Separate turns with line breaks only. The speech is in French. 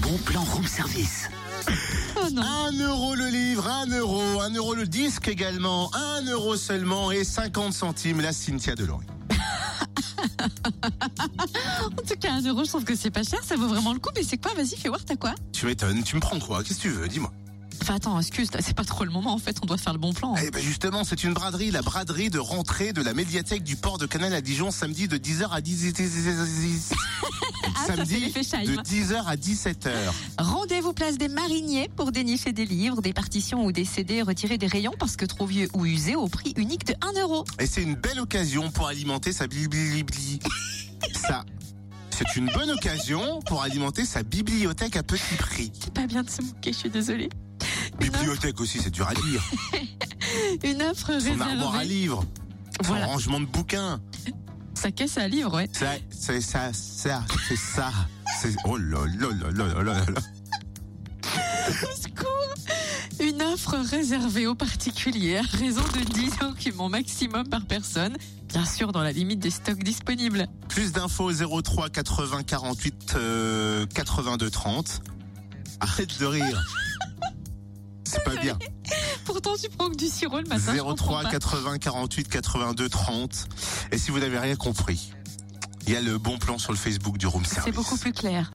bon plan room service.
Oh non.
1 euro le livre, 1 euro, 1 euro le disque également, 1 euro seulement et 50 centimes la Cynthia Delory.
En tout cas, un euro, je trouve que c'est pas cher, ça vaut vraiment le coup. Mais c'est quoi Vas-y, fais voir, t'as quoi
Tu m'étonnes, tu me prends quoi Qu'est-ce que tu veux Dis-moi.
Enfin, attends, excuse, là, c'est pas trop le moment. En fait, on doit faire le bon plan.
Eh ben justement, c'est une braderie, la braderie de rentrée de la médiathèque du port de Canal à Dijon samedi de 10h à 10h.
Ah, ça fait
samedi
l'effet Scheim.
de 10h à 17h.
Rendez-vous place des mariniers pour dénicher des livres, des partitions ou des CD retirés des rayons parce que trop vieux ou usés au prix unique de 1 euro.
Et c'est une belle occasion pour alimenter sa biblibli. Ça, c'est une bonne occasion pour alimenter sa bibliothèque à petit prix.
C'est pas bien de se moquer, je suis désolée. Une offre,
Bibliothèque aussi, c'est dur à dire.
une offre
Son armoire à
réservée.
livres, son
Voilà.
rangement de bouquins.
Sa caisse à livres, ouais.
Ça, c'est ça, ça, c'est ça. C'est... Oh là là là là là là là.
Au secours Une offre réservée aux particuliers à raison de 10 documents maximum par personne, bien sûr dans la limite des stocks disponibles.
Plus d'infos 03 80 48 euh, 82 30. Arrête de rire. C'est pas bien.
Pourtant, tu prends que du sirop le matin. bah, je comprends
03
pas.
80 48 82 30. Et si vous n'avez rien compris, il y a le bon plan sur le Facebook du Room Service.
C'est beaucoup plus clair.